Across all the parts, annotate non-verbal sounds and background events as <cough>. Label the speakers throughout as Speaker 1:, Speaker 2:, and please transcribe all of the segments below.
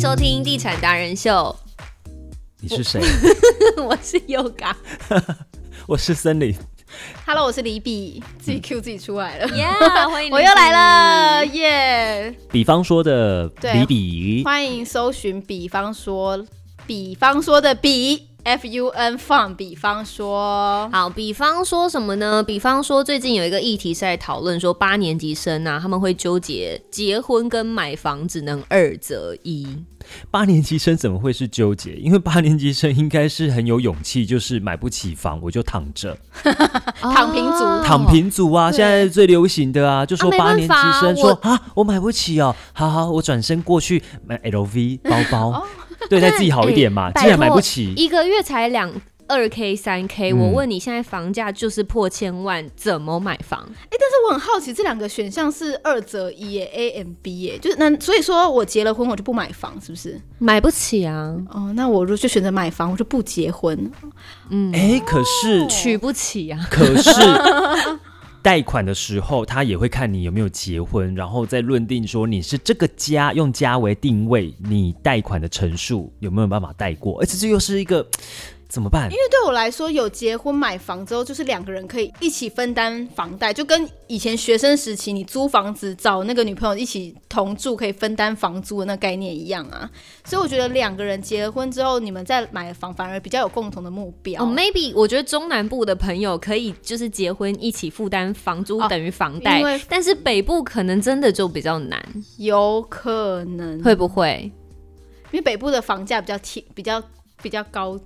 Speaker 1: 收听《地产达人秀，
Speaker 2: 你是谁？》
Speaker 1: <laughs> 我是 Yoga。
Speaker 2: <laughs> 我是森林。
Speaker 3: Hello，我是李比，自己 Q 自己出来了，
Speaker 1: 嗯 <laughs> Yeah，欢迎
Speaker 3: <laughs> 我又来了，。耶、
Speaker 2: 比方说的
Speaker 3: 对
Speaker 1: 啊
Speaker 2: 比比，
Speaker 3: 欢迎搜寻，比方说，比方说的比 F U N 放，比方说，
Speaker 1: 好，比方说什么呢？比方说最近有一个议题是在讨论说八年级生啊，他们会纠结结婚跟买房只能二择一。
Speaker 2: 八年级生怎么会是纠结？因为八年级生应该是很有勇气，就是买不起房我就躺着，
Speaker 3: 躺平族
Speaker 1: 哦
Speaker 2: 躺平族啊，
Speaker 3: 对
Speaker 2: 现在最流行的啊，就说
Speaker 1: 没
Speaker 2: 八
Speaker 1: 办
Speaker 2: 年
Speaker 1: 法
Speaker 2: 级生说
Speaker 1: 我
Speaker 2: 啊，我买不起哦，好好，我转身过去买 LV 包包，对待自己好一点嘛，
Speaker 1: 哦哎
Speaker 2: 既然买
Speaker 1: 拜托
Speaker 2: 不起，
Speaker 1: 一个月才两二 k 三 k，、
Speaker 2: 嗯
Speaker 1: 我问你现在房价就是破千万，怎么买房？
Speaker 3: 哎但是我很好奇，这两个选项是二择一耶，A and B 耶，就是那所以说我结了婚我就不买房，是不是？
Speaker 1: 买不起啊，
Speaker 3: 哦，那我就就选择买房，我就不结婚。
Speaker 1: 嗯
Speaker 2: 哎，可是
Speaker 1: 娶不起啊。
Speaker 2: 可是 <laughs> 贷款的时候，他也会看你有没有结婚，然后再论定说你是这个家用家为定位，你贷款的成数有没有办法贷过？而且这又是一个怎么办？
Speaker 3: 因为对我来说，有结婚买房之后，就是两个人可以一起分担房贷，就跟以前学生时期你租房子找那个女朋友一起同住，可以分担房租的那概念一样啊。所以我觉得两个人结了婚之后，你们再买房反而比较有共同的目标。
Speaker 1: 哦、m a y b e 我觉得中南部的朋友可以就是结婚一起负担房租
Speaker 3: 哦
Speaker 1: 等于房贷，
Speaker 3: 因为嗯
Speaker 1: 但是北部可能真的就比较难，
Speaker 3: 有可能
Speaker 1: 会不会？
Speaker 3: 因为北部的房价比较贴，比较比较高，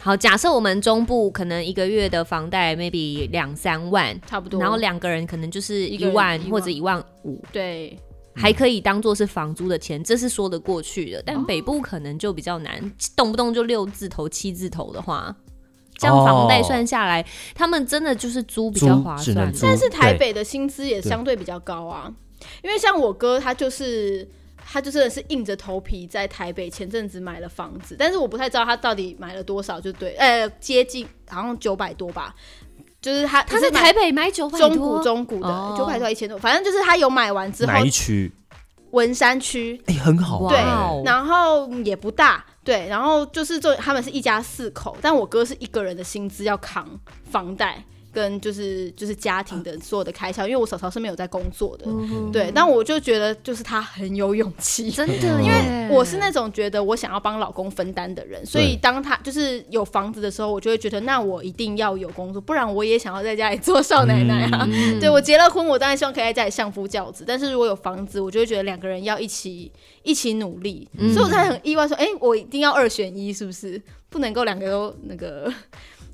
Speaker 1: 好，假设我们中部可能一个月的房贷 maybe 两三万，
Speaker 3: 差不多。
Speaker 1: 然后两个人可能就是
Speaker 3: 一
Speaker 1: 一
Speaker 3: 个人
Speaker 1: 万
Speaker 3: 一万嗯
Speaker 1: 或者一万五，
Speaker 3: 对，
Speaker 1: 还可以当做是房租的钱，这是说得过去的。
Speaker 3: 哦
Speaker 1: 但北部可能就比较难，动不动就六字头、七字头的话，这样房贷
Speaker 2: 哦
Speaker 1: 算下来，他们真的就是租比较
Speaker 2: 租
Speaker 1: 划
Speaker 2: 只
Speaker 1: 算
Speaker 2: 能
Speaker 1: 啊。
Speaker 2: 租，
Speaker 3: 但是台
Speaker 2: 嗯对
Speaker 3: 北的薪资也相对比较高啊，因为像我哥他就是。他就真的是硬着头皮在台北前阵子买了房子，但是我不太知道他到底买了多少，就对，呃，接近好像九百多吧，就是他
Speaker 1: 他在
Speaker 3: 可是买
Speaker 1: 台北买九百
Speaker 3: 中古
Speaker 1: 多，
Speaker 3: 中古
Speaker 1: 哦
Speaker 3: 的九百、0多一千多，反正就是他有买完之后
Speaker 2: 哪，一区？
Speaker 3: 文山区
Speaker 2: 哎、很好玩、
Speaker 1: 哇
Speaker 2: 哎
Speaker 1: 哦
Speaker 3: 然后也不大，对，然后就是就他们是一家四口，但我哥是一个人的薪资要扛房贷跟就是就是家庭的所有的开销，因为我嫂嫂是没有在工作的，
Speaker 1: 嗯
Speaker 3: 对，但我就觉得就是他很有勇气。
Speaker 1: 真的，因为
Speaker 3: 我是那种觉得我想要帮老公分担的人，所以当他就是有房子的时候，我就会觉得那我一定要有工作，不然我也想要在家里做少奶奶啊。
Speaker 2: 嗯
Speaker 1: 嗯
Speaker 3: 对我结了婚，我当然希望可以在家里相夫教子，但是如果有房子，我就会觉得两个人要一起一起努力，
Speaker 1: 嗯
Speaker 3: 所以我才很意外说，哎、我一定要二选一，是不是不能够两个都那个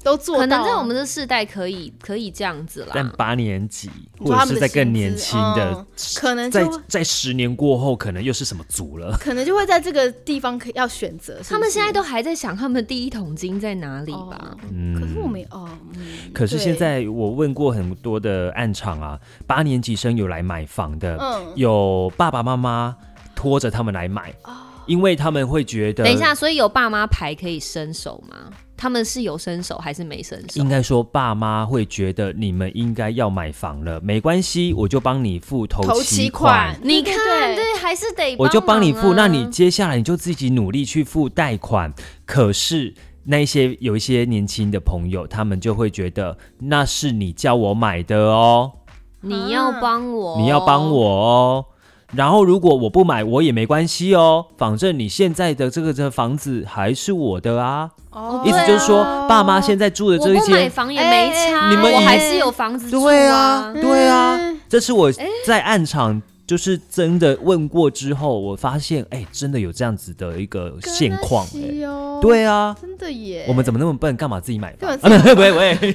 Speaker 3: 都做到啊、
Speaker 1: 可能在我们的世代可以可以这样子
Speaker 2: 但
Speaker 1: 啦。
Speaker 2: 八年级
Speaker 3: 你说
Speaker 2: 或者
Speaker 3: 他们
Speaker 2: 是
Speaker 3: 的
Speaker 2: 在更
Speaker 3: 薪资
Speaker 2: 年轻的
Speaker 3: 嗯，可能
Speaker 2: 在
Speaker 3: 就会
Speaker 2: 在十年过后，可能又是什么族了？
Speaker 3: 可能就会在这个地方可以要选择，是不是
Speaker 1: 他们现在都还在想他们第一桶金在哪里吧？
Speaker 3: 哦
Speaker 2: 嗯
Speaker 3: 可是我们也哦，嗯
Speaker 2: 可是
Speaker 3: 对
Speaker 2: 现在我问过很多的暗场啊，八年级生有来买房的，
Speaker 1: 哦
Speaker 3: 嗯
Speaker 2: 有爸爸妈妈拖着他们来买，因为他们会觉得，
Speaker 1: 等一下，，所以有爸妈牌可以伸手吗？他们是有伸手还是没伸手
Speaker 2: 应？该说爸妈会觉得你们应该要买房了，没关系，我就帮你付头
Speaker 3: 头
Speaker 2: 期
Speaker 3: 期款，
Speaker 1: 你啊看，
Speaker 3: 对对
Speaker 1: 对，还是得
Speaker 2: 我就帮你
Speaker 1: 忙啊
Speaker 2: 付，那你接下来你就自己努力去付贷款。可是那一些有一些年轻的朋友，他们就会觉得那是你叫我买的哦。
Speaker 1: 你要帮我，
Speaker 2: 你要帮我哦。然后如果我不买，我也没关系哦，反正你现在的这个这房子还是我的啊。
Speaker 3: 哦
Speaker 2: 意思就是说，爸妈现
Speaker 3: 在
Speaker 2: 在住的
Speaker 1: 我
Speaker 2: 这一
Speaker 1: 不买
Speaker 2: 间，
Speaker 1: 房也没差，
Speaker 2: 哎你们
Speaker 1: 我
Speaker 2: 以
Speaker 1: 还是有房子住
Speaker 2: 对啊，对啊
Speaker 3: 嗯，
Speaker 2: 这是我在暗场。就是真的问过之后，我发现，哎、真的有这样子的一个现况、哎，
Speaker 1: 哦
Speaker 3: 哦
Speaker 2: 对啊，
Speaker 3: 真的耶，
Speaker 2: 我们怎么那么笨，干嘛自己买房？
Speaker 3: 干
Speaker 2: 啊
Speaker 3: 嘛自己买
Speaker 2: 不 <laughs> 喂喂，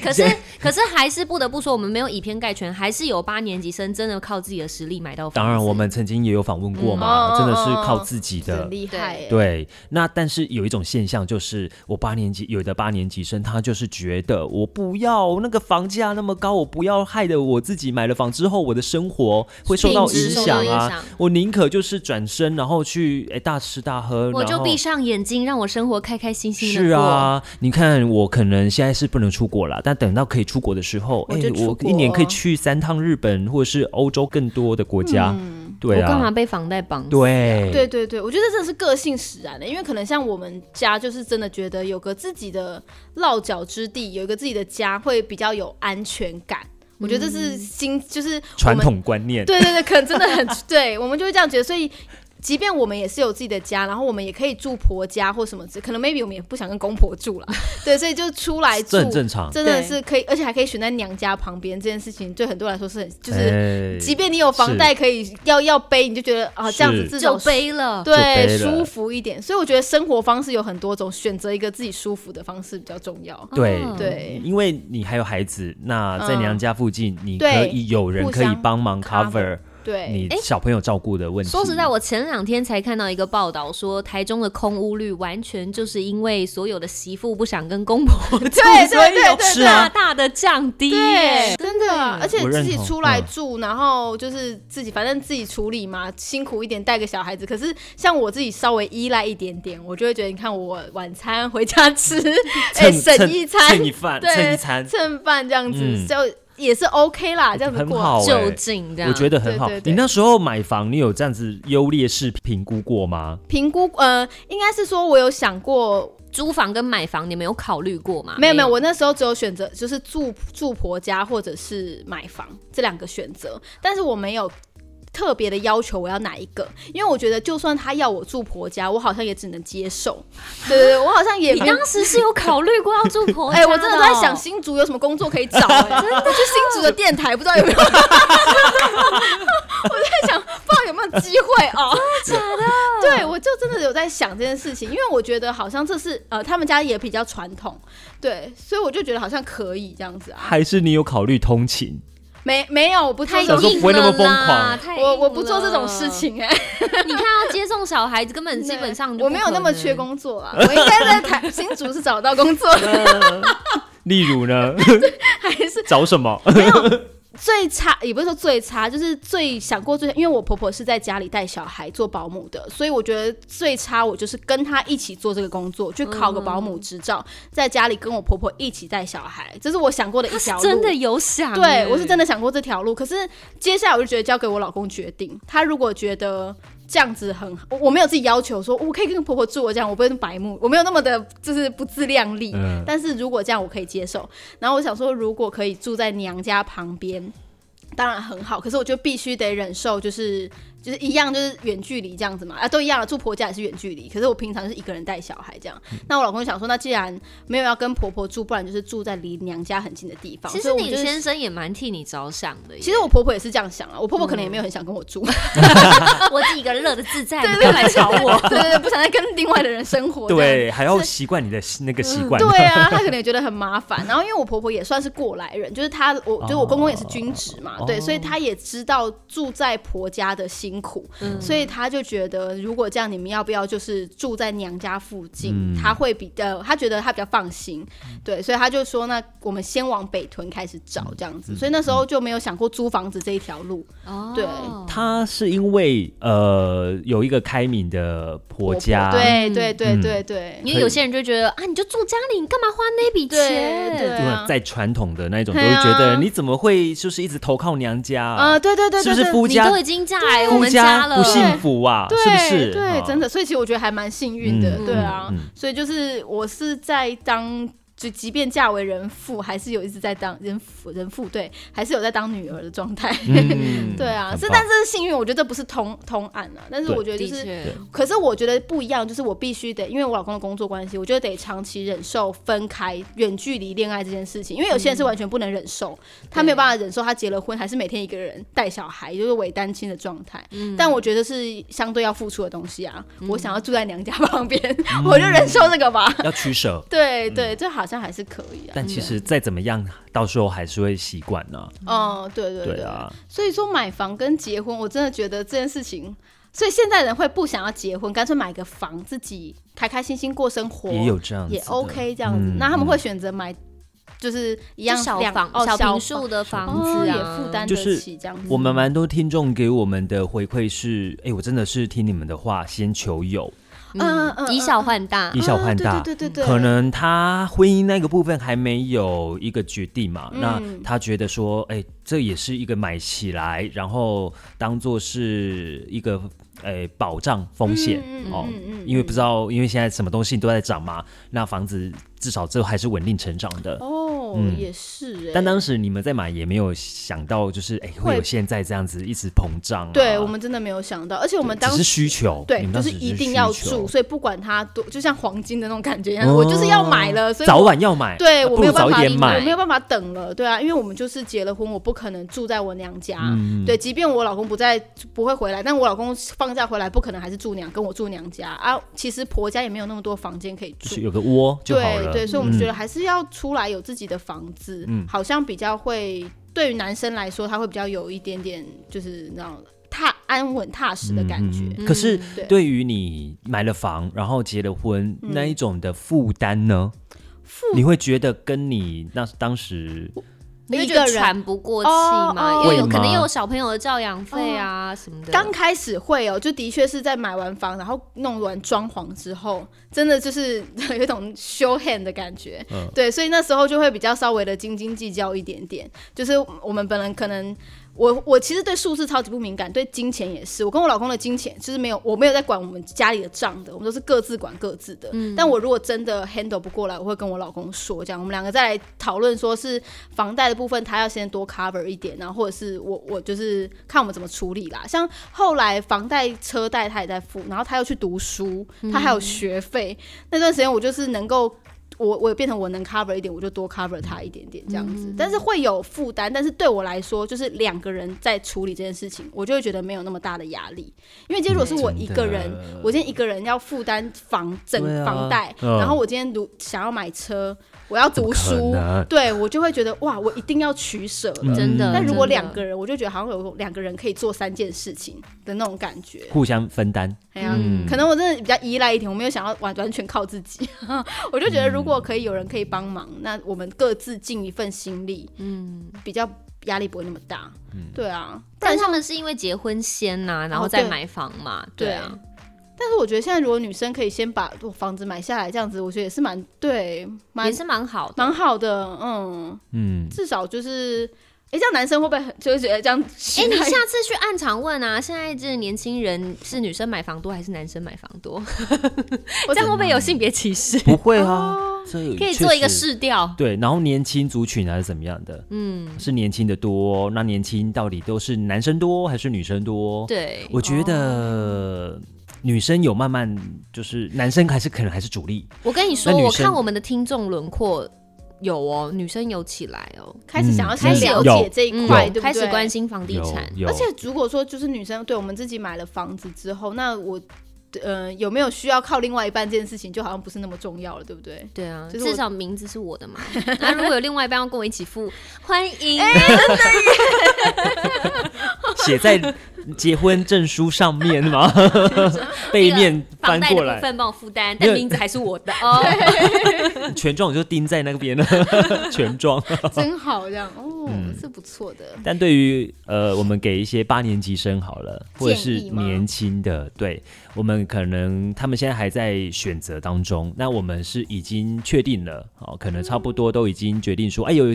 Speaker 1: 可
Speaker 2: <laughs>
Speaker 1: 是，可是还是不得不说，我们没有以偏概全，还是有八年级生真的靠自己的实力买到房子。
Speaker 2: 当然我们曾经也有访问过
Speaker 3: 嗯
Speaker 2: 嘛，
Speaker 3: 哦
Speaker 2: 真的是
Speaker 3: 哦哦
Speaker 2: 靠自己的
Speaker 3: 很厉害耶，
Speaker 2: 对，那但是有一种现象就是，我八年级有的八年级生，他就是觉得我不要那个房价那么高，我不要害得我自己买了房之后，我的生活会受到
Speaker 1: 品
Speaker 2: 影
Speaker 1: 质受到
Speaker 2: 响
Speaker 1: 影
Speaker 2: 啊
Speaker 1: 响。
Speaker 2: 我宁可就是转身，然后去哎、大吃大喝，
Speaker 1: 我
Speaker 2: 然
Speaker 1: 就
Speaker 2: 后
Speaker 1: 闭上眼睛，让我生活开开心心的
Speaker 2: 是啊，你看我可能现在是不能出国了，但等到可以出国的时候，
Speaker 3: 我
Speaker 2: 哎、
Speaker 3: 就出
Speaker 2: 我一年可以
Speaker 3: 国
Speaker 2: 去三趟日本或者是欧洲更多的国家，对
Speaker 1: 我干嘛
Speaker 2: 啊，
Speaker 1: 被房贷绑？，
Speaker 2: 对
Speaker 3: 对对对，我觉得这是个性使然的、因为可能像我们家就是真的觉得有个自己的落脚之地，有一个自己的家会比较有安全感。我觉得这是新，就是我
Speaker 2: 嗯传
Speaker 3: 们
Speaker 2: 统观念，
Speaker 3: 对对对，可能真的很对，我们就会这样觉得。所以，即便我们也是有自己的家，然后我们也可以住婆家或什么之，可能 maybe 我们也不想跟公婆住了，对，所以就出来
Speaker 2: <laughs>
Speaker 3: 住
Speaker 2: 这，很正常。
Speaker 3: 真的
Speaker 1: 对
Speaker 3: 是可以，而且还可以选在娘家旁边，这件事情对很多人来说是很就是。
Speaker 2: 哎
Speaker 3: 即便你有房贷可以要要背，你就觉得啊这样子
Speaker 2: 是
Speaker 3: 至少
Speaker 1: 就背了。
Speaker 2: 就背了
Speaker 3: 对舒服一点，所以我觉得生活方式有很多种，选择一个自己舒服的方式比较重要。
Speaker 2: 对
Speaker 1: 哦
Speaker 3: 对
Speaker 2: 因为你还有孩子，那在
Speaker 3: 嗯
Speaker 2: 娘家附近，你可
Speaker 3: 对
Speaker 2: 以有人
Speaker 3: 互
Speaker 2: 可以
Speaker 3: 相
Speaker 2: 帮忙
Speaker 3: cover
Speaker 2: cover
Speaker 3: 对，
Speaker 2: 你小朋友照顾的问题。
Speaker 1: 说实在，我前两天才看到一个报道，说台中的空屋率完全就是因为所有的媳妇不想跟公婆 <laughs> 住，
Speaker 3: 对
Speaker 1: 所以
Speaker 3: 对
Speaker 1: 有
Speaker 3: 对
Speaker 2: 是
Speaker 1: 大
Speaker 2: 啊
Speaker 1: 大的降低耶。
Speaker 2: 欸
Speaker 3: 对，真的啊，而且
Speaker 2: 我
Speaker 3: 自
Speaker 2: 认
Speaker 3: 己
Speaker 2: 同
Speaker 3: 出来
Speaker 2: 嗯
Speaker 3: 住，然后就是自己，反正自己处理嘛，辛苦一点带个小孩子。可是像我自己稍微依赖一点点，我就会觉得，你看我晚餐回家吃，哎、
Speaker 2: 蹭
Speaker 3: 省
Speaker 2: 蹭
Speaker 3: 一餐
Speaker 2: 蹭，一饭，
Speaker 3: 对
Speaker 2: 蹭一餐，
Speaker 3: 蹭饭这样子、
Speaker 2: 嗯
Speaker 3: 就也是 OK 啦，这样子
Speaker 2: 很
Speaker 3: 过。
Speaker 2: 好哎
Speaker 1: 就近这样。
Speaker 2: 我觉得很好
Speaker 3: 对对。对
Speaker 2: 你那时候买房，你有这样子优劣势评估过吗？
Speaker 3: 评估呃，应该是说我有想过，
Speaker 1: 租房跟买房，你们有考虑过吗？
Speaker 3: 没有没有，我那时候只有选择就是住住婆家或者是买房这两个选择，但是我没有。特别的要求我要哪一个？因为我觉得，就算他要我住婆家，我好像也只能接受。对对对，我好像也
Speaker 1: 你当时是有考虑过要住婆
Speaker 3: <laughs> 哎、
Speaker 1: 家哦
Speaker 3: 我真的都在想新竹有什么工作可以
Speaker 1: <laughs>
Speaker 3: 找、哎真的，我去新竹的电台，不知道有没有。我在想，不知道有没有机会哦。真的 <laughs> 假的？对，我就真的有在想这件事情，因为我觉得好像这是呃，他们家也比较传统，对，所以我就觉得好像可以这样子啊。
Speaker 2: 还是你有考虑通勤？
Speaker 3: 没没有，我不
Speaker 1: 太
Speaker 3: 太
Speaker 1: 硬
Speaker 2: 想
Speaker 1: 了
Speaker 2: 说
Speaker 1: 啦，
Speaker 2: 不会那么疯狂
Speaker 1: 太硬了
Speaker 3: 我我不做这种事。情 <laughs> 哎、
Speaker 1: 你看，要接送小孩子，根本基本上就
Speaker 3: 我
Speaker 1: 不
Speaker 3: 没
Speaker 1: 可
Speaker 3: 有那么
Speaker 1: 能
Speaker 3: 缺。工作啊，我应该在台 <laughs> 新竹是找到工作的，
Speaker 2: 例如
Speaker 3: <laughs>
Speaker 2: 呢，
Speaker 3: 还是
Speaker 2: <laughs> 找什么？
Speaker 3: 最差也不是说最差，就是最想过最，因为我婆婆是在家里带小孩做保姆的，所以我觉得最差我就是跟她一起做这个工作，去考个保姆执照，在家里跟我婆婆一起带小孩，这是我想过的欸
Speaker 1: 他
Speaker 3: 一
Speaker 1: 是
Speaker 3: 条路。
Speaker 1: 真的有想，欸
Speaker 3: 对我是真
Speaker 1: 的。
Speaker 3: 的想过这条路，可是接下来我就觉得交给我老公决定，他如果觉得。这样子很，我我没有自己要求说，哦我可以跟婆婆住，我这样我不会那么白目，我没有那么的，就是不自量力。
Speaker 2: 嗯
Speaker 3: 但是如果这样我可以接受。然后我想说，如果可以住在娘家旁边，当然很好。可是我就必须得忍受，就是就是一样，就是远距离这样子嘛，啊，都一样了，住婆家也是远距离。可是我平常是一个人带小孩这样。那我老公就想说，那既然没有要跟婆婆住，不然就是住在离娘家很近的地方。
Speaker 1: 其
Speaker 3: 所以
Speaker 1: 实
Speaker 3: 我
Speaker 1: 你
Speaker 3: 就是
Speaker 1: 先生也蛮替你着想的耶，
Speaker 3: 其实我婆婆也是这样想啊，我婆婆可能也没有很想跟我住， <laughs>
Speaker 1: 我自己一个人乐得自在，
Speaker 3: 对
Speaker 1: 你不要来吵我。
Speaker 3: 对对对，不想再跟另外的人生活。
Speaker 2: 对，还要习惯你的那个习惯。
Speaker 3: 对啊，她可能也觉得很麻烦。然后因为我婆婆也算是过来人，就是她，我就是我公公也是军职嘛，
Speaker 2: 哦
Speaker 3: 对，所以她也知道住在婆家的辛苦，
Speaker 1: 嗯
Speaker 3: 所以她就觉得如果这样，你们要不要就是住在娘家附近？
Speaker 2: 嗯
Speaker 3: 她会比较，她觉得她比较放心，对，所以她就说那我们先往北屯开始找这样子。
Speaker 2: 嗯
Speaker 3: 所以那时候就没有想过租房子这一条路，
Speaker 1: 哦 <laughs>
Speaker 3: 对
Speaker 2: 他是因为呃有一个开明的婆家，
Speaker 3: 对对对
Speaker 2: 嗯
Speaker 3: 对对。
Speaker 1: 因为有些人就觉得啊，你就住家里，你干嘛花那笔
Speaker 3: 对
Speaker 1: 钱？
Speaker 3: 对
Speaker 2: 因为
Speaker 3: 啊，
Speaker 2: 在传统的那一种都
Speaker 3: 对
Speaker 2: 会
Speaker 3: 啊
Speaker 2: 觉得你怎么会就是一直投靠娘家
Speaker 3: 啊、
Speaker 2: 啊？
Speaker 3: 对对对对
Speaker 2: 是不是
Speaker 3: 对
Speaker 2: 夫
Speaker 1: 你
Speaker 2: 家啊
Speaker 1: 都已经嫁
Speaker 3: 哎
Speaker 1: 来我
Speaker 2: 夫
Speaker 1: 们家
Speaker 2: 家
Speaker 1: 了，
Speaker 2: 不幸福啊？
Speaker 3: 对
Speaker 2: 是不是？
Speaker 3: 对，真
Speaker 2: 的。
Speaker 3: 的，所以其实我觉得还蛮幸运的，
Speaker 2: 嗯
Speaker 3: 对啊，
Speaker 2: 嗯嗯
Speaker 3: 所以就是我是在当。就即便嫁为人妇，还是有一直在当人妇人妇，对，还是有在当女儿的状态，
Speaker 2: 嗯
Speaker 3: <laughs> 对啊，
Speaker 2: 很
Speaker 3: 是，
Speaker 2: 棒
Speaker 3: 但是幸运，我觉得这不是通通案啊，但是
Speaker 2: 对
Speaker 3: 我觉得就
Speaker 1: 的
Speaker 3: 是，
Speaker 1: 确。
Speaker 3: 可是我觉得不一样，就是我必须得，因为我老公的工作关系，我觉得得长期忍受分开远距离恋爱这件事情，因为有些人是完全不能忍受，他没有办法忍受他结了婚还是每天一个人带小孩，也就是伪单亲的状态。但我觉得是相对要付出的东西啊，我想要住在娘家旁边， <laughs> 我就忍受这个吧。
Speaker 2: 要取
Speaker 3: <laughs>
Speaker 2: 舍。
Speaker 3: 对对，这好像还是可以啊。
Speaker 2: 但其实再怎么样，到时候还是会习惯呢。
Speaker 3: 哦，对对
Speaker 2: 对啊，
Speaker 3: 所以说买房跟结婚，我真的觉得这件事情，所以现在人会不想要结婚，干脆买个房自己开开心心过生活，啊
Speaker 2: 也有这样子的
Speaker 3: 也 OK 这样子。
Speaker 2: 嗯
Speaker 3: 那他们会选择买就是一
Speaker 1: 就
Speaker 3: 样
Speaker 1: 小
Speaker 3: 两
Speaker 1: 房、
Speaker 3: 哦
Speaker 1: 小
Speaker 3: 小
Speaker 1: 平数的
Speaker 3: 房
Speaker 1: 房子啊，
Speaker 3: 哦也负担
Speaker 2: 就
Speaker 3: 得
Speaker 2: 是
Speaker 3: 起这样子。
Speaker 2: 我们蛮多听众给我们的回馈是，哎、我真的是听你们的话先求有，
Speaker 3: 嗯
Speaker 1: 嗯，以小换大
Speaker 2: 以，小换大
Speaker 3: 啊对对对对对，
Speaker 2: 可能他婚姻那个部分还没有一个决定嘛，
Speaker 3: 嗯
Speaker 2: 那他觉得说，哎、这也是一个买起来，然后当做是一个哎保障风险、
Speaker 3: 嗯嗯
Speaker 2: 哦
Speaker 3: 嗯嗯，嗯
Speaker 2: 因为不知道，因为现在什么东西都在涨嘛，那房子至少这还是稳定成长的。
Speaker 3: 哦，
Speaker 2: 嗯
Speaker 3: 也是、欸，
Speaker 2: 但当时你们在买也没有想到，就是哎、会有
Speaker 3: 会
Speaker 2: 现在这样子一直膨胀啊、
Speaker 3: 对我们真的没有想到，而且我们
Speaker 2: 只
Speaker 3: 当
Speaker 2: 是
Speaker 3: 时。
Speaker 2: 需求，
Speaker 3: 对
Speaker 2: 你，们
Speaker 3: 就
Speaker 2: 当
Speaker 3: 是
Speaker 2: 时只
Speaker 3: 一
Speaker 2: 是
Speaker 3: 定要
Speaker 2: 需求
Speaker 3: 住，所以不管它多，就像黄金的那种感觉一样，
Speaker 2: 哦
Speaker 3: 我就是要买了，所以
Speaker 2: 早
Speaker 3: 我
Speaker 2: 晚要买，
Speaker 3: 对
Speaker 2: 呃不
Speaker 3: 我没
Speaker 2: 如
Speaker 3: 有办
Speaker 2: 早一
Speaker 3: 法，
Speaker 2: 点买，
Speaker 3: 我没有办法等了，对啊，因为我们就是结了婚，我不可能住在我娘家，
Speaker 2: 嗯
Speaker 3: 对，即便我老公不在，不会回来，但我老公放假回来，不可能还是住娘跟我住娘家啊。其实婆家也没有那么多房间可以
Speaker 2: 就
Speaker 3: 住
Speaker 2: 是，有个窝就好
Speaker 3: 对
Speaker 2: 了。
Speaker 3: 对，所以我们
Speaker 2: 嗯
Speaker 3: 觉得还是要出来有自己的房子，
Speaker 2: 嗯
Speaker 3: 好像比较会对于男生来说，他会比较有一点点就是那种踏安稳踏实的感觉。
Speaker 2: 嗯可是
Speaker 3: 对
Speaker 2: 对于你买了房，然后结了婚、
Speaker 1: 嗯
Speaker 2: 那一种的负担呢？你会觉得跟你那当时
Speaker 3: 一
Speaker 1: 一
Speaker 3: 个
Speaker 1: 个
Speaker 3: 人
Speaker 1: 喘不过气
Speaker 3: 哦
Speaker 1: 嘛，
Speaker 3: 哦
Speaker 1: 因为有
Speaker 2: 会吗
Speaker 1: 可能又有小朋友的教养费啊什么的。
Speaker 3: 刚开始会哦，就的确是在买完房，然后弄完装潢之后，真的就是 <laughs> 有一种 show hand 的感觉。
Speaker 2: 嗯
Speaker 3: 对，所以那时候就会比较稍微的斤斤计较一点点。就是我们本人可能，我我其实对数字超级不敏感，对金钱也是。我跟我老公的金钱就是没有，我没有在管我们家里的账的，我们都是各自管各自的。但我如果真的 handle 不过来，我会跟我老公说，这样我们两个再来讨论，说是房贷的部分他要先多 cover 一点，然后或者是我我就是看我们怎么处理啦。像后来房贷、车贷他也在付，然后他又去读书，
Speaker 2: 嗯
Speaker 3: 他还有学费，那段时间我就是能够。我我变成我能 cover 一点，我就多 cover 他一点点这样
Speaker 2: 嗯
Speaker 3: 子，但是会有负担。但是对我来说，就是两个人在处理这件事情，我就会觉得没有那么大的压力。因为今天如果是我一个人，
Speaker 2: 真的
Speaker 3: 我今天一个人要负担房整
Speaker 2: 对啊
Speaker 3: 房贷，
Speaker 2: 嗯
Speaker 3: 然后我今天如想要买车，我要读
Speaker 2: 怎么
Speaker 3: 书
Speaker 2: 可能，
Speaker 3: 对我就会觉得哇，我一定要取舍了。
Speaker 1: 真的，
Speaker 3: 嗯但如果
Speaker 1: 真的
Speaker 3: 两个人，我就觉得好像有两个人可以做三件事情的那种感觉。
Speaker 2: 互相分担，
Speaker 3: 哎呀，
Speaker 2: 嗯
Speaker 3: 可能我真的比较依赖一点，我没有想要完完全靠自己。 <laughs> 我就觉得如果可以有人可以帮忙，那我们各自尽一份心力，嗯，比较压力不会那么大。对啊，
Speaker 1: 但
Speaker 3: 但
Speaker 1: 是
Speaker 3: 是
Speaker 1: 他们是因为结婚先呐、然后
Speaker 3: 哦
Speaker 1: 再
Speaker 3: 对
Speaker 1: 买房嘛，
Speaker 3: 对
Speaker 1: 啊，
Speaker 3: 啊。但是我觉得现在如果女生可以先把房子买下来，这样子我觉得也是蛮对，蛮
Speaker 1: 也是蛮好的。
Speaker 3: 蛮好的，嗯，
Speaker 2: 嗯，
Speaker 3: 至少就是，哎、这样男生会不会很就是觉得这样？哎
Speaker 1: 哎、你下次去暗场问啊，现在这年轻人是女生买房多还是男生买房
Speaker 3: <laughs>
Speaker 1: 多？
Speaker 3: 我
Speaker 1: 这样会不会有性别歧视？
Speaker 2: 不会啊，这
Speaker 1: 哦可以做一个
Speaker 2: 确实
Speaker 1: 试
Speaker 3: 哦
Speaker 1: 调，
Speaker 2: 对，然后年轻族群啊还是怎么样的？嗯，是年轻的多，那年轻到底都是男生多还是女生多？，
Speaker 1: 对，哦
Speaker 2: 我觉得女生有慢慢就是男生还是可能还是主力，
Speaker 1: 我跟你说，
Speaker 2: 那女
Speaker 1: 我
Speaker 2: 生
Speaker 1: 看我们的听众轮廓有哦，女生有起来哦，
Speaker 3: 开始想要先
Speaker 1: 嗯
Speaker 3: 了
Speaker 2: 有
Speaker 3: 解这一
Speaker 1: 嗯
Speaker 3: 块，
Speaker 2: 有
Speaker 3: 对不对？
Speaker 1: 开始关心房地
Speaker 2: 有
Speaker 1: 产，
Speaker 2: 有，
Speaker 3: 而且如果说就是女生，对我们自己买了房子之后，那我呃有没有需要靠另外一半这件事情，就好像不是那么重要了，对不
Speaker 2: <laughs>
Speaker 3: 对？
Speaker 1: 对啊，
Speaker 3: 就是
Speaker 1: 至
Speaker 3: 我
Speaker 1: 少名字是我的
Speaker 3: <laughs>
Speaker 1: 嘛。那、如果有另外一半要跟我一起付，欢迎。
Speaker 3: 哎
Speaker 2: 写在结婚证书上面吗？ <laughs> 背面
Speaker 1: 房
Speaker 2: 翻
Speaker 1: 贷
Speaker 2: 过
Speaker 1: 的部
Speaker 2: 来，
Speaker 1: 分帮我负担，
Speaker 2: 没
Speaker 1: 但
Speaker 2: 有
Speaker 1: 名字还是我的
Speaker 3: <laughs>
Speaker 1: 哦。
Speaker 2: 全装我就钉在那个边了， <laughs> 全装。
Speaker 3: 真好，这样哦，
Speaker 2: 嗯
Speaker 3: 是不错 <laughs> 的。
Speaker 2: 但对于呃，我们给一些八年级生好了，或者是
Speaker 3: 建议吗
Speaker 2: 年轻的，对我们可能他们现在还在选择当中。那我们是已经确定了，哦，可能差不多都已经决定说，哎，有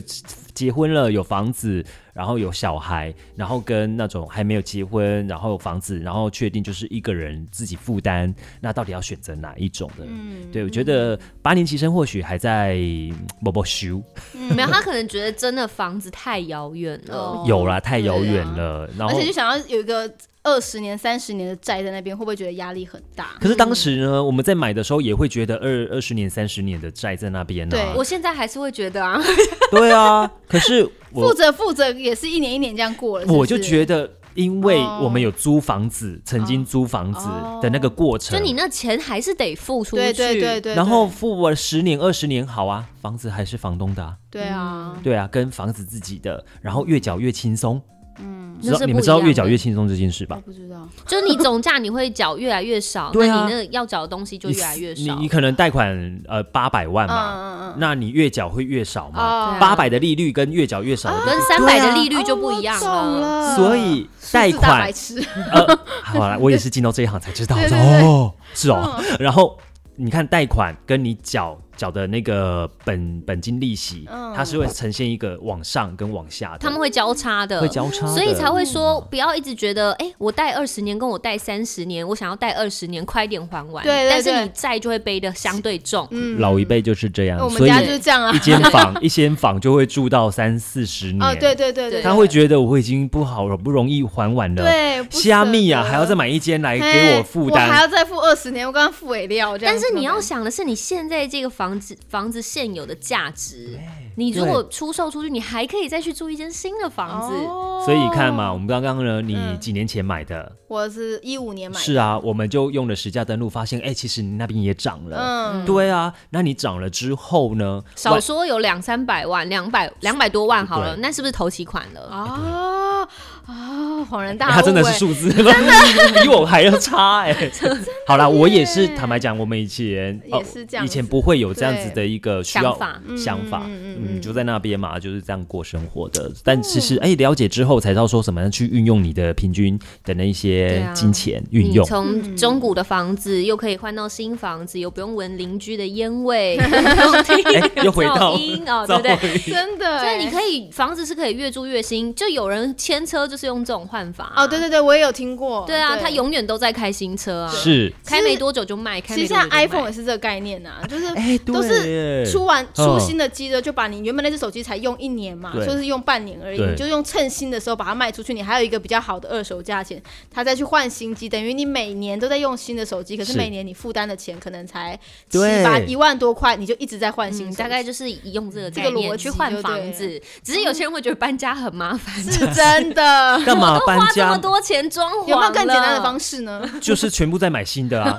Speaker 2: 结婚了，有房子，然后有小孩，然后跟那种还没有结婚，然后有房子，然后确定就是一个人自己负担，那到底要选择哪一种的？
Speaker 3: 嗯
Speaker 2: 对我觉得八年级生或许还在摸摸修，
Speaker 1: 没有，他可能觉得真的房子太遥远了
Speaker 3: 哦。
Speaker 2: 有啦，太遥
Speaker 3: 对啊
Speaker 2: 远了，然
Speaker 3: 而
Speaker 2: 后
Speaker 3: 且就想要有一个二十年、三十年的债在那边，会不会觉得压力很大？
Speaker 2: 可是当时呢，我们在买的时候也会觉得二二十年、三十年的债在那边呢、啊
Speaker 3: 对
Speaker 1: 我现在还是会觉得啊，
Speaker 2: 对啊，
Speaker 1: <laughs>
Speaker 2: 可是
Speaker 3: 负
Speaker 2: 我
Speaker 3: 责负责也是一年一年这样过了，是不是
Speaker 2: 我就觉得，因为
Speaker 3: 哦
Speaker 2: 我们有租房子，曾经租房子的那个过程，
Speaker 1: 哦就你那钱还是得付出去。
Speaker 3: 对对对对对，
Speaker 2: 然后付了十年、二十年，好啊，房子还是房东的、啊，
Speaker 3: 对啊，
Speaker 2: 对啊，跟房子自己的，然后越缴越轻松。嗯，知道
Speaker 1: 那是
Speaker 2: 你们
Speaker 1: 不
Speaker 2: 知道
Speaker 1: 一样
Speaker 2: 越缴
Speaker 1: 的
Speaker 2: 越轻松这件事吧
Speaker 3: 我？不知道，
Speaker 1: 就是你总价你会缴越来越少，
Speaker 2: 对啊
Speaker 1: 那你那要缴的东西就
Speaker 2: 你
Speaker 1: 越来越
Speaker 2: 你
Speaker 1: 少。
Speaker 2: 你可能贷款呃八百万嘛，
Speaker 3: 嗯嗯
Speaker 2: 那你越缴会越
Speaker 1: 嗯
Speaker 2: 少嘛？
Speaker 3: 哦
Speaker 2: 八百的利率跟越缴越少的
Speaker 1: 啊
Speaker 2: 利率
Speaker 1: 跟三百的利
Speaker 3: 嗯，
Speaker 1: 率就不一样
Speaker 3: 哦我懂
Speaker 1: 了。
Speaker 3: 了
Speaker 2: 所以贷
Speaker 3: 数字大
Speaker 2: 款
Speaker 3: 白痴，
Speaker 2: 呃，好啦，我也是进到这一行才知道，
Speaker 3: 对
Speaker 2: 我说
Speaker 3: 对对嗯
Speaker 2: 哦，是哦。然后你看贷款跟你缴缴的那个本本金利息，
Speaker 3: 嗯
Speaker 2: 它是会呈现一个往上跟往下的，
Speaker 1: 他们会交叉的，
Speaker 2: 会交叉的，
Speaker 1: 所以才会说，不要一直觉得，哎、我贷二十年，跟我贷三十年，我想要贷二十年，快点还完。
Speaker 3: 对对
Speaker 1: 但是
Speaker 3: 对
Speaker 1: 你债就会背的相对重。
Speaker 3: 嗯
Speaker 2: 老一辈就是这样，
Speaker 3: 我们
Speaker 2: 嗯所以
Speaker 3: 家就是这样啊
Speaker 2: 一。间房 <laughs> 一间房就会住到三四十年，
Speaker 3: 哦，对对对对，
Speaker 2: 他会觉得我已经不好，不容易还完了。
Speaker 3: 对不舍
Speaker 2: 虾米啊，
Speaker 3: 得
Speaker 2: 还要再买一间来
Speaker 3: 嘿
Speaker 2: 给我负
Speaker 3: 我还
Speaker 2: 担。
Speaker 3: 要再付二十年，我刚刚付尾料这样
Speaker 1: 但
Speaker 3: 子。
Speaker 1: 是你要想的是，你现在这个房子房子现有的价值，你如果出售出去，你还可以再去租一间新的房子。
Speaker 3: 哦
Speaker 2: 所以你看嘛，我，们刚刚呢，你
Speaker 3: 嗯
Speaker 2: 几年前买的，
Speaker 3: 我是一五年买的，
Speaker 2: 是啊，我们就用了实价登录，发现哎、其实你那边也涨了。
Speaker 3: 嗯，
Speaker 2: 对啊，那你涨了之后呢？
Speaker 1: 少
Speaker 2: 万
Speaker 1: 说有两三百万，两百两百多万好了，
Speaker 2: 对
Speaker 1: 那是不是头期款了？
Speaker 3: 哦哦，恍然大悟，
Speaker 2: 它真的是
Speaker 3: 哎
Speaker 1: 欸
Speaker 2: 数字了， <laughs> 比我还要差哎、
Speaker 1: <laughs>
Speaker 2: 好啦，我也是坦白讲，我们以前哦
Speaker 3: 也是这样
Speaker 2: 以
Speaker 3: 子
Speaker 2: 前不会有这样子的一个需要
Speaker 1: 想法
Speaker 2: 想法
Speaker 3: 嗯嗯嗯
Speaker 2: 嗯，就在那边嘛，就是这样过生活的。
Speaker 1: 嗯
Speaker 2: 但其实哎、了解之后才知道说怎么样去运用你的平均的那一
Speaker 1: 对
Speaker 2: 些
Speaker 1: 啊
Speaker 2: 金钱运
Speaker 1: 你
Speaker 2: 用。
Speaker 3: 嗯
Speaker 1: 从中古的房子又可以换到新房子，又不用闻邻居的烟
Speaker 3: <laughs>
Speaker 1: 味，又不用听
Speaker 2: 哎又回到
Speaker 1: 噪音哦，对不对？
Speaker 2: 对？
Speaker 3: 真的
Speaker 1: 所
Speaker 3: 哎，
Speaker 1: 以你可以房子是可以越住越新，就有人签车就是用这种换法、啊
Speaker 3: 哦，对对对，我也有听过，
Speaker 1: 对啊，他。永远都在开新车啊， <laughs>
Speaker 2: 是，
Speaker 1: 开没多久就卖，开
Speaker 3: 其
Speaker 1: 没
Speaker 3: 实
Speaker 1: 多久
Speaker 3: 像
Speaker 1: 就卖
Speaker 3: iPhone 也是这个概
Speaker 2: <laughs>
Speaker 3: 念呐，就是
Speaker 2: 哎、对
Speaker 3: 都
Speaker 2: 耶，
Speaker 3: 出完出
Speaker 2: 嗯
Speaker 3: 新的机了，就把你原本那只手机才用一年嘛，
Speaker 2: 对
Speaker 3: 就是用半年而已，
Speaker 2: 对
Speaker 3: 你就用趁新的时候把它卖出去，你还有一个比较好的二手价钱，它再去换新机，等于你每年都在用新的手机，可是
Speaker 2: 是
Speaker 3: 每年你负担的钱可能才七
Speaker 2: 对
Speaker 3: 八一万多块，你就一直在换
Speaker 1: 嗯，
Speaker 3: 新手机、
Speaker 1: 大概就是用这个
Speaker 3: 这
Speaker 1: 概
Speaker 3: 个
Speaker 1: 念
Speaker 3: 逻辑
Speaker 1: 去换房
Speaker 3: 就
Speaker 1: 子，只是有些人会觉得搬家很麻烦，
Speaker 3: 是真的
Speaker 2: <laughs> 。干嘛搬
Speaker 1: 花这
Speaker 2: 家
Speaker 1: 么？多钱装潢，
Speaker 3: 有没有更简单的方
Speaker 1: 式？
Speaker 3: 式呢？
Speaker 2: 就是全部在买新的
Speaker 1: <laughs>
Speaker 2: 啊，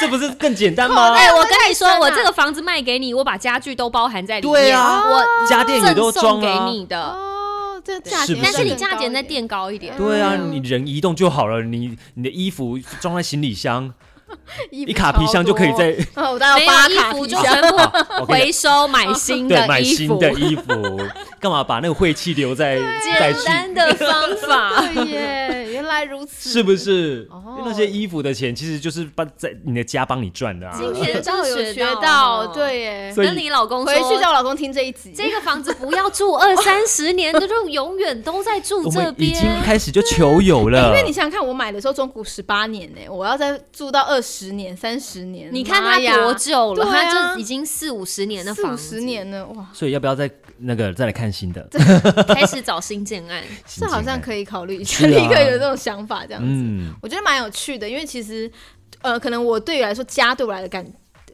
Speaker 2: 这不是更简单
Speaker 3: 哦
Speaker 2: 吗？
Speaker 1: 哎，我跟你
Speaker 3: 太
Speaker 1: 说，
Speaker 3: 深了
Speaker 1: 我这个房子卖给你，我把家具都包含在里面，
Speaker 2: 对啊
Speaker 1: 我
Speaker 2: 家电也都
Speaker 1: 赠送
Speaker 2: 装
Speaker 1: 给
Speaker 2: 了啊。
Speaker 1: 你的，
Speaker 3: 哦，这价
Speaker 2: 是
Speaker 3: 钱
Speaker 2: 不
Speaker 1: 但是你
Speaker 3: 更
Speaker 1: 价
Speaker 3: 高
Speaker 1: 钱
Speaker 3: 一
Speaker 1: 再
Speaker 3: 点
Speaker 1: 垫高一点。
Speaker 2: 对啊，
Speaker 3: 嗯
Speaker 2: 你人移动就好了，你你的衣服装在行李箱，
Speaker 3: 衣服
Speaker 2: 一卡皮箱就可以在
Speaker 3: 超多哦，我大概
Speaker 1: 没
Speaker 3: 有
Speaker 1: 有
Speaker 3: 八
Speaker 1: 衣
Speaker 3: 卡
Speaker 1: 服
Speaker 3: 皮
Speaker 1: 就
Speaker 3: 箱，
Speaker 1: 全部
Speaker 2: <laughs> 我跟
Speaker 1: 回
Speaker 2: 你
Speaker 1: 收买新
Speaker 2: 讲，哦对，
Speaker 1: 的
Speaker 2: 买
Speaker 1: 衣
Speaker 2: 新
Speaker 1: 服，
Speaker 2: 的衣服，干嘛把那个晦气留在带
Speaker 1: 简
Speaker 2: 去？
Speaker 1: 单的方法。
Speaker 3: <laughs> 对耶，原来如此，
Speaker 2: 是不是？
Speaker 3: 哦
Speaker 2: 因为那些衣服的钱其实就是帮在你的家帮你赚的啊。
Speaker 1: 今天
Speaker 3: 学到有学
Speaker 1: 到哦
Speaker 3: 到，对耶。
Speaker 2: 所以
Speaker 1: 跟你老公说，
Speaker 3: 回去叫我老公听这一集。
Speaker 1: 这个房子不要住
Speaker 3: <laughs>
Speaker 1: 二三十年，的，就永远都在住
Speaker 2: 我
Speaker 1: 这
Speaker 2: 们已经
Speaker 1: 边。哎
Speaker 2: 开始就求有了，
Speaker 3: 因为你想想看，我买的时候中古十八年呢、我要再住到二十年、三十年，
Speaker 1: 你看他
Speaker 3: 妈呀
Speaker 1: 多久了？
Speaker 3: 对啊
Speaker 1: 他就已经四五十年的
Speaker 3: 四
Speaker 1: 房
Speaker 3: 五
Speaker 1: 子，
Speaker 3: 十年了，哇，
Speaker 2: 所以要不要再那个再来看新的？
Speaker 1: 开始找新建案。 <laughs>
Speaker 2: 新
Speaker 3: 这好
Speaker 2: 进来
Speaker 3: 像可以考虑一
Speaker 2: 是
Speaker 3: 下，
Speaker 2: 啊
Speaker 3: 立刻有这种想法这样子，
Speaker 2: 嗯，
Speaker 3: 我觉得蛮有趣的，因为其实呃，可能我对于来说，家对我来的感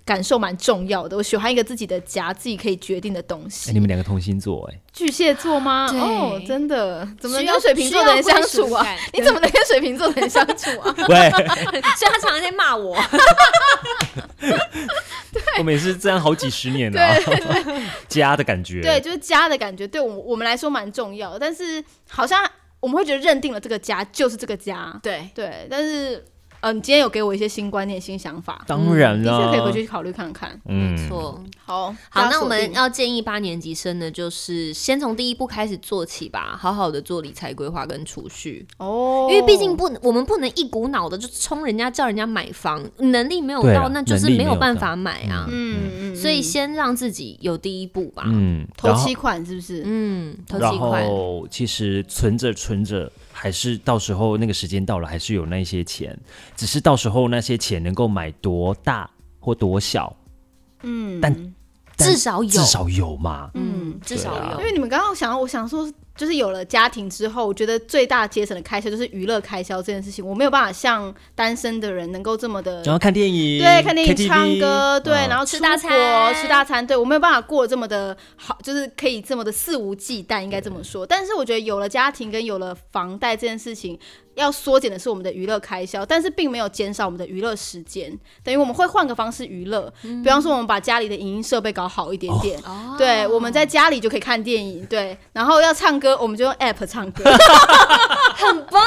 Speaker 3: 感受蛮重要的，我喜欢一个自己的家，自己可以决定的东
Speaker 2: 哎
Speaker 3: 西。
Speaker 2: 你们两个同星座
Speaker 1: <laughs>
Speaker 2: 哎，
Speaker 3: 巨蟹座吗？
Speaker 1: 对
Speaker 3: 哦，真的，怎么能
Speaker 1: 需要
Speaker 3: 跟水瓶座的人相处
Speaker 1: 需要归属
Speaker 3: 啊
Speaker 1: 感？
Speaker 3: 你怎么能跟水瓶座的人相处啊？
Speaker 2: 喂，
Speaker 1: 所以他常常在骂我，
Speaker 2: <laughs> 我们也是这样好几十年了啊， <laughs> 家的感觉。
Speaker 3: 对，就是家的感觉，对我们我们来说蛮重要的，但是好像我们会觉得认定了这个家就是这个家，
Speaker 1: 对，
Speaker 3: 对，但是呃，你今天有给我一的一些新观念、新想法，
Speaker 2: 当然
Speaker 3: 嗯的确
Speaker 2: 啦，嗯
Speaker 3: 可以回去考虑看看。
Speaker 1: 没错。
Speaker 3: 好，
Speaker 1: 好，
Speaker 3: 大家
Speaker 1: 那我
Speaker 3: 锁
Speaker 1: 们
Speaker 3: 定
Speaker 1: 要建议八年级生呢，就是先从第一步开始做起吧，好好的做理财规划跟储蓄，
Speaker 3: 哦，
Speaker 1: 因为毕竟不，我们不能一股脑的就冲人家叫人家买房，能力没有
Speaker 2: 对
Speaker 1: 到，
Speaker 2: 啊
Speaker 1: 那就是
Speaker 2: 能力
Speaker 1: 没
Speaker 2: 没有
Speaker 1: 有办
Speaker 2: 到
Speaker 1: 法买啊。
Speaker 3: 嗯，嗯嗯
Speaker 1: 所以先让自己有第一步吧。
Speaker 2: 嗯，
Speaker 3: 头
Speaker 2: 然后
Speaker 3: 期款是不是？
Speaker 1: 嗯，投
Speaker 2: 然
Speaker 1: 几款，
Speaker 2: 后其实存着存着，还是到时候那个时间到了，还是有那些钱，只是到时候那些钱能够买多大或多小，
Speaker 3: 嗯，
Speaker 2: 但但
Speaker 1: 至少有，
Speaker 2: 至少有嘛。
Speaker 1: 嗯，至少
Speaker 2: 对啊
Speaker 1: 有
Speaker 3: 因。为你们刚刚想，我想说，就是有了家庭之后，我觉得最大节省的开销就是娱乐开销这件事情，我没有办法像单身的人能够这么的
Speaker 2: 然后看电影，
Speaker 3: 对，看电影、
Speaker 2: KTV
Speaker 3: 唱歌，对，
Speaker 2: 嗯
Speaker 3: 然后
Speaker 1: 吃
Speaker 3: 出
Speaker 1: 大
Speaker 3: 国
Speaker 1: 餐
Speaker 3: 吃大餐，对我没有办法过这么的好，就是可以这么的肆无忌惮，应该这么说。但是我觉得有了家庭跟有了房贷这件事情，要缩减的是我们的娱乐开销，但是并没有减少我们的娱乐时间，等于我们会换个方式娱乐，比方说我们把家里的影音设备搞好一点点，
Speaker 1: 嗯哦
Speaker 3: 对，我们在家里就可以看电影，对，然后要唱歌，我们就用 app 唱
Speaker 1: <laughs>
Speaker 3: 歌， <laughs>
Speaker 1: 很棒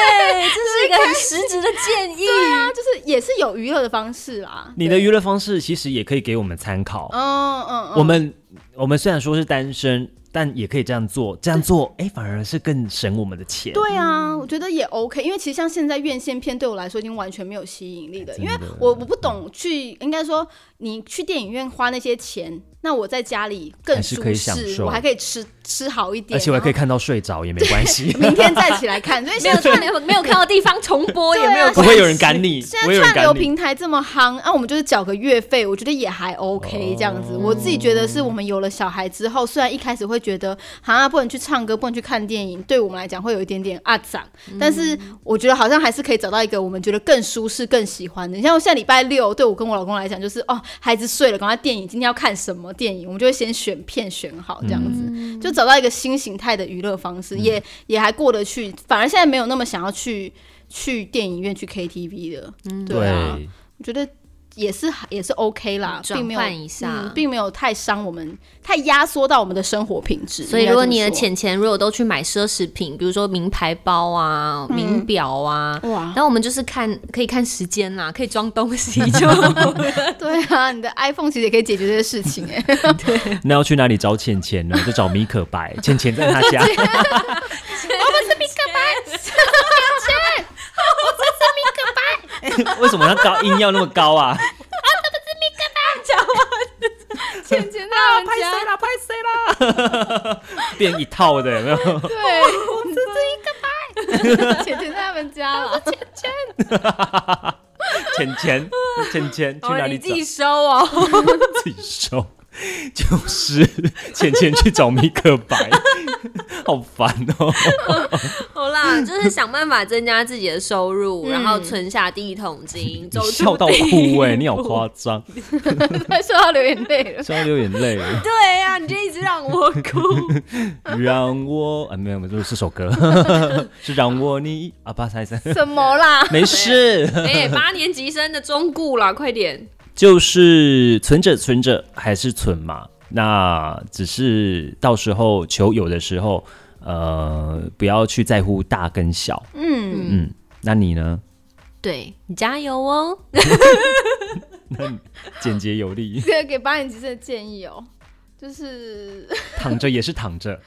Speaker 1: 哎、这是一个很实质的建议。
Speaker 3: 对啊，就是也是有娱乐的方式啦。
Speaker 2: 你的娱乐方式其实也可以给我们参考。
Speaker 3: 嗯嗯
Speaker 2: 我们我们虽然说是单身，但也可以这样做，这样做哎、反而是更省我们的钱。
Speaker 3: 对啊，
Speaker 2: 嗯
Speaker 3: 我觉得也 OK，因为其实像现在院线片对我来说已经完全没有吸引力了，
Speaker 2: 哎真
Speaker 3: 因
Speaker 2: 的
Speaker 3: 为我我不懂去，应该说你去电影院花那些钱，那我在家里更
Speaker 2: 还是
Speaker 3: 舒
Speaker 2: 可以享
Speaker 3: 适，
Speaker 2: 受
Speaker 3: 我还可以吃吃好一点，
Speaker 2: 而且我还可以
Speaker 3: 然
Speaker 2: 看到睡着也没关系 <laughs>
Speaker 3: 后，明天再起来看，所以
Speaker 1: 没
Speaker 3: 现
Speaker 1: 有
Speaker 3: 在
Speaker 1: 看，没有看到地方重播，也没有
Speaker 3: 对啊
Speaker 2: 不会有人赶你，
Speaker 3: 现
Speaker 2: 不会
Speaker 3: 在
Speaker 2: 有人
Speaker 3: 串流
Speaker 2: 赶你。
Speaker 3: 平台这么夯，啊那、我们就是缴个月费，我觉得也还
Speaker 2: 哦
Speaker 3: OK 这样子。我自己觉得是我们有了小孩之后，虽然一开始会觉得啊不能去唱歌，不能去看电影，对我们来讲会有一点点啊长，
Speaker 2: 嗯
Speaker 3: 但是我觉得好像还是可以找到一个我们觉得更舒适、更喜欢的。你像我现在礼拜六，对我跟我老公来讲就是哦，孩子睡了，赶快电影，今天要看什么电影，我们就会先选片选好这样子，
Speaker 2: 嗯
Speaker 3: 就找到一个新形态的娱乐方式，也也还过得去。反而现在没有那么想要去。去电影院、去 KTV 的，
Speaker 1: 嗯
Speaker 3: 对啊，我觉得也是也是 OK 啦，
Speaker 1: 转
Speaker 3: 并没有
Speaker 1: 换一下
Speaker 3: 嗯并没有太伤我们，太压缩到我们的生活品质。
Speaker 1: 所以，如果你的
Speaker 3: 应该这么
Speaker 1: 钱钱如果都去买奢侈品，比如说名牌包啊、名表啊，<laughs>
Speaker 3: 说哇，
Speaker 1: 然后我们就是看可以看时间啦，可以装东西就。
Speaker 3: 对啊，你的 iPhone 其实也可以解决这些事情
Speaker 1: <laughs>
Speaker 3: 哎、
Speaker 2: 那要去哪里找浅浅呢？就找米可
Speaker 3: <laughs>
Speaker 2: 白，浅浅在他家。 <laughs> <laughs> 为什么要高音要那么高啊？
Speaker 3: 钱钱到人家，
Speaker 2: 啊啦，拍谁啦？
Speaker 3: <laughs>
Speaker 2: 变一套的有没有？
Speaker 3: 对，我们这一个拜，钱钱在他们家
Speaker 1: <laughs>
Speaker 3: 了，
Speaker 2: 浅浅浅浅去
Speaker 1: 好
Speaker 2: 哪
Speaker 1: 了
Speaker 2: 里
Speaker 1: 你
Speaker 2: 找
Speaker 1: 自？己收哦， <laughs>
Speaker 2: 自己收， <laughs> 就是浅浅去找米可白， <laughs> 好烦哦。
Speaker 1: 好啦，就是想办法增加自己的收入，然后存下第一桶金，
Speaker 2: 你
Speaker 1: 走
Speaker 2: 笑
Speaker 1: 出
Speaker 2: 到哭哎、你好夸张，
Speaker 3: 他说到流眼泪了。
Speaker 2: 笑到流眼泪了。
Speaker 1: <laughs> 对啊呀、你就一直让我哭。
Speaker 2: 让我啊，没有没有，这是首歌， <laughs> 是让我你啊，八三三，
Speaker 3: <laughs> 什么啦？
Speaker 2: 没事，
Speaker 1: 哎、八年级生的中固啦，快点！
Speaker 2: 就是存着存着还是存嘛，那只是到时候求有的时候，呃，不要去在乎大跟小，
Speaker 3: 嗯，
Speaker 2: 嗯，那你呢？
Speaker 1: 对你加油哦。
Speaker 2: 简洁有力，
Speaker 3: 这个给八年级生的建议哦，就是
Speaker 2: 躺着也是躺着，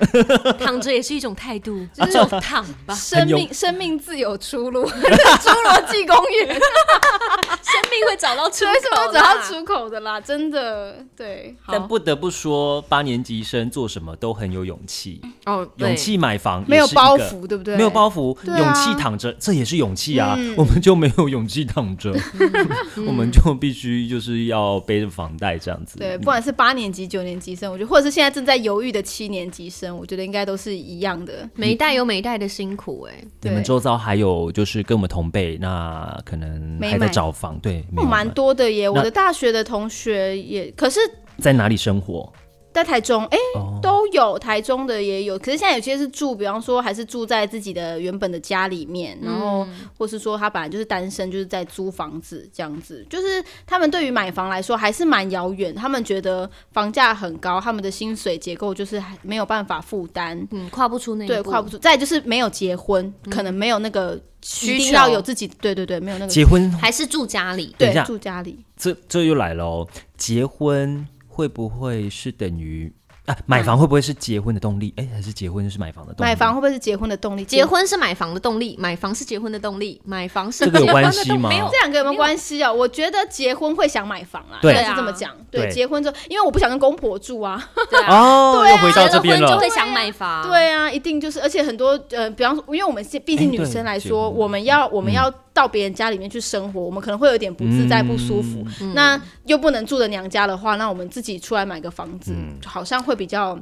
Speaker 1: 躺着也是一种态度，
Speaker 3: 就
Speaker 1: 就是是躺吧，
Speaker 3: 生
Speaker 2: 有
Speaker 3: 命生命自有出路， <laughs> 侏罗纪公
Speaker 1: <laughs>
Speaker 3: 园，
Speaker 1: 生命会找到出
Speaker 3: 所 <laughs> 以是
Speaker 1: 口
Speaker 3: 会找到
Speaker 1: 啦
Speaker 3: 出口的啦，真的对。好
Speaker 2: 但不得不说，八年级生做什么都很有勇气，
Speaker 1: 哦，对
Speaker 2: 勇气买房
Speaker 3: 没有
Speaker 2: 也是一
Speaker 3: 包
Speaker 2: 个
Speaker 3: 袱，对不对？
Speaker 2: 没有包袱，
Speaker 3: 对啊
Speaker 2: 勇气躺着，这也是勇气啊。
Speaker 3: 嗯
Speaker 2: 我们就没有勇气躺着， <laughs> 我们就必须就是要背着房贷这样子。
Speaker 3: 对，不管是八年级、九年级生，我觉得，或者是现在正在犹豫的七年级生，我觉得应该都是一样的。
Speaker 1: 每一代有每一代的辛苦哎、
Speaker 2: 你们周遭还有就是跟我们同辈，那可能
Speaker 3: 没
Speaker 2: 还在
Speaker 3: 买
Speaker 2: 找房，对，没
Speaker 3: 我
Speaker 2: 有
Speaker 3: 哦蛮
Speaker 2: 买
Speaker 3: 多的耶，
Speaker 2: 那
Speaker 3: 我的大学的同学也，可是，
Speaker 2: 在哪里生活
Speaker 3: 在台中，哎、
Speaker 2: 哦。
Speaker 3: 都有台中的也有，可是现在有些是住，比方说还是住在自己的原本的家里面，然后或是说他本来就是单身，就是在租房子这样子，就是他们对于买房来说还是蛮遥远，他们觉得房价很高，他们的薪水结构就是还没有办法负担，
Speaker 1: 嗯，跨不出那一步，嗯
Speaker 3: 对，跨不出。再就是没有结婚，可能没有那个
Speaker 1: 需
Speaker 3: 一定
Speaker 1: 求
Speaker 3: 要有自己，对对对，没有那个
Speaker 2: 结婚，
Speaker 1: 还是住家里。
Speaker 2: 等一
Speaker 3: 对
Speaker 2: 下
Speaker 3: 住家里。
Speaker 2: 这这又来了哦。结婚会不会是等于啊？买房会不会是结婚的动力？哎，还是结婚就是买房的动力？
Speaker 3: 买房会不会是结婚的动力？
Speaker 1: 结婚是买房的动力，买房是结婚的动力，买房是
Speaker 2: 这个有
Speaker 1: 结婚
Speaker 2: 关
Speaker 1: 的
Speaker 2: 系
Speaker 1: 动
Speaker 2: 吗
Speaker 1: 没有啊
Speaker 3: 这两个有没有关系哦？我觉得结婚会想买房啦，啊
Speaker 2: 对
Speaker 3: 应该是这么讲。对，
Speaker 2: 对
Speaker 3: 结婚之后，因为我不想跟公婆住啊。
Speaker 1: 对啊
Speaker 2: 哦，又回到这边
Speaker 1: 结了婚
Speaker 2: 了
Speaker 1: 就。会想买房，
Speaker 3: 对啊，一定就是，而且很多呃，比方说，因为我们是毕竟
Speaker 2: 哎
Speaker 3: 女
Speaker 2: 对
Speaker 3: 生来
Speaker 2: 结
Speaker 3: 说，
Speaker 2: 婚嗯
Speaker 3: 我们要我们要到别人家里面去生活，我们可能会有点不自在、
Speaker 2: 嗯
Speaker 3: 不舒服。那又不能住的娘家的话，那我们自己出来买个房子，
Speaker 2: 嗯
Speaker 3: 好像会比较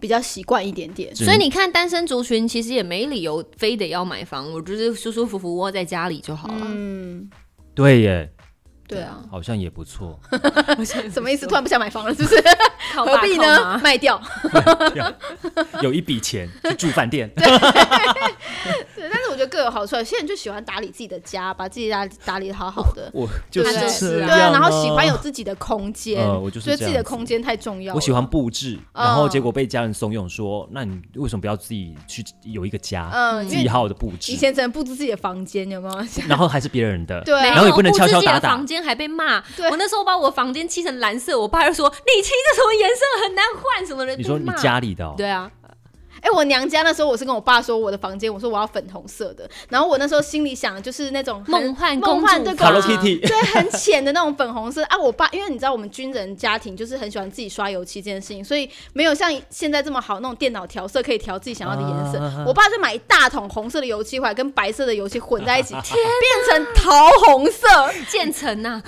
Speaker 3: 比较习惯一点点。
Speaker 1: 所以你看，单身族群其实也没理由非得要买房，我就是舒舒服服窝在家里就好了。 <laughs>
Speaker 3: 嗯，
Speaker 2: 对耶，
Speaker 3: 对啊，
Speaker 2: 好像也不错。 <laughs>
Speaker 3: 什么意思？突然不想买房了，是 <laughs> 不是？
Speaker 1: <laughs> 靠爸
Speaker 3: 何必
Speaker 1: 靠妈
Speaker 3: 呢？ <laughs> 卖掉。
Speaker 2: 有一笔钱去住饭店，
Speaker 3: 对，但是我觉得得各有好处。有些人就喜欢打理自己的家，把自己家打理得好好的，
Speaker 2: 我就是
Speaker 3: 对
Speaker 2: 这
Speaker 3: 对
Speaker 2: 样、
Speaker 3: 啊，然后喜欢有自己的空间，
Speaker 2: 呃我就是
Speaker 3: 觉得
Speaker 2: 这
Speaker 3: 自己
Speaker 2: 样
Speaker 3: 的空间太重要了。
Speaker 2: 我喜欢布置，
Speaker 3: 嗯
Speaker 2: 然后结果被家人怂恿说，那你为什么不要自己去有一个家，
Speaker 3: 嗯，
Speaker 2: 自
Speaker 3: 因
Speaker 2: 己
Speaker 3: 为
Speaker 2: 好好的布置
Speaker 3: 以，前只能布置自己的房间，有没 <laughs> 有？
Speaker 2: <laughs> 然后还是别人的，
Speaker 3: 对啊
Speaker 1: 没
Speaker 2: 然后
Speaker 1: 有
Speaker 2: 也不能
Speaker 1: 布
Speaker 2: 敲
Speaker 1: 置
Speaker 2: 敲
Speaker 1: 自己
Speaker 2: 打
Speaker 1: 的
Speaker 2: 打
Speaker 1: 房间还被骂。
Speaker 3: 对
Speaker 1: 我那时候把我房间漆成蓝色，我爸就说你漆这什么颜色很难换什么的。
Speaker 2: 你说
Speaker 1: 被
Speaker 2: 你
Speaker 1: 骂
Speaker 2: 家里的、哦，
Speaker 1: 对啊，
Speaker 3: 哎、我娘家那时候我是跟我爸说我的房间，我说我要粉红色的，然后我那时候心里想的就是那种很
Speaker 1: 梦幻公
Speaker 3: 梦幻
Speaker 1: 主
Speaker 3: 对啊
Speaker 1: 房
Speaker 2: ，Hello
Speaker 3: 公
Speaker 2: Kitty，
Speaker 3: 对，很浅的那种粉红色啊。我爸，因为你知道我们军人家庭就是很喜欢自己刷油漆这件事情，所以没有像现在这么好那种电脑调色可以调自己想要的颜色。
Speaker 2: 啊
Speaker 3: 我爸就买一大桶红色的油漆回来，跟白色的油漆混在一起，变成桃红色，
Speaker 1: 建成啊呐、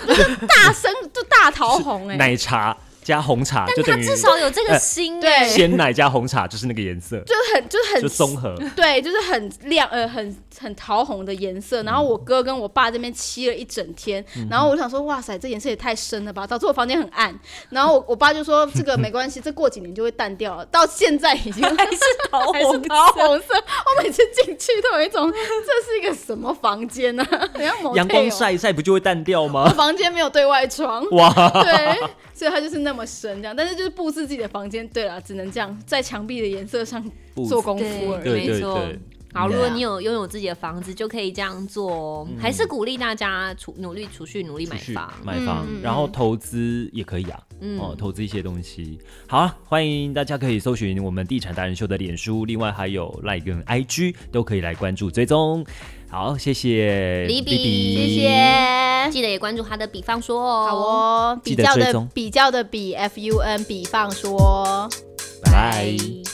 Speaker 3: 大深就大桃红哎、
Speaker 2: 奶茶加红茶就
Speaker 1: 但
Speaker 2: 等
Speaker 1: 他
Speaker 2: 于
Speaker 1: 至少有这个心、
Speaker 3: 对
Speaker 1: 哎
Speaker 2: 鲜奶加红茶就是那个颜色，
Speaker 3: 就是很就是 <laughs> 很
Speaker 2: 就综合。
Speaker 3: <laughs> 对，就是很亮，呃，很很桃红的颜色。然后我哥跟我爸这边漆了一整天，
Speaker 2: 嗯
Speaker 3: 然后我想说，哇塞，这颜色也太深了吧，导致我房间很暗。然后我我爸就说，这个没关系，这过几年就会淡掉了。到现在已经
Speaker 1: <laughs>
Speaker 3: <laughs>
Speaker 1: 还是桃
Speaker 3: 还是
Speaker 1: 红。
Speaker 3: 桃红色，我每次进去都有一种这是一个什么房间呢、 <laughs> 啊？好像 motel
Speaker 2: 阳光
Speaker 3: 哦
Speaker 2: 晒一晒不就会淡掉
Speaker 3: 我
Speaker 2: 吗？
Speaker 3: 房间没有对外窗，
Speaker 2: 哇，
Speaker 3: 对，所以它就是那么深这样。但是就是布置自己的房间，对了，只能这样在墙壁的颜色上
Speaker 2: 布置
Speaker 3: 做功
Speaker 1: 对
Speaker 3: 夫而已。
Speaker 2: 对
Speaker 1: 没
Speaker 2: 对
Speaker 1: 错
Speaker 2: 对。
Speaker 1: 好，
Speaker 2: 嗯
Speaker 1: 如果你有拥有自己的房子，就可以这样做哦。还是鼓励大家储努力储蓄，努力买
Speaker 2: 出去
Speaker 1: 房。
Speaker 2: 买房
Speaker 3: 嗯嗯，嗯
Speaker 2: 然后投资也可以啊，
Speaker 1: 嗯
Speaker 2: 哦，投资一些东西。好啊，欢迎大家可以搜寻我们地产达人秀的脸书，另外还有 Line 跟 IG 都可以来关注追踪。好，谢谢
Speaker 1: 李比
Speaker 3: 谢谢。
Speaker 1: 记得也关注他的，比方说哦。
Speaker 3: 好哦，比
Speaker 2: 记得
Speaker 3: 较
Speaker 2: 追
Speaker 3: 的
Speaker 2: 踪
Speaker 3: 比较的比 F U N，比方说。
Speaker 2: 拜拜。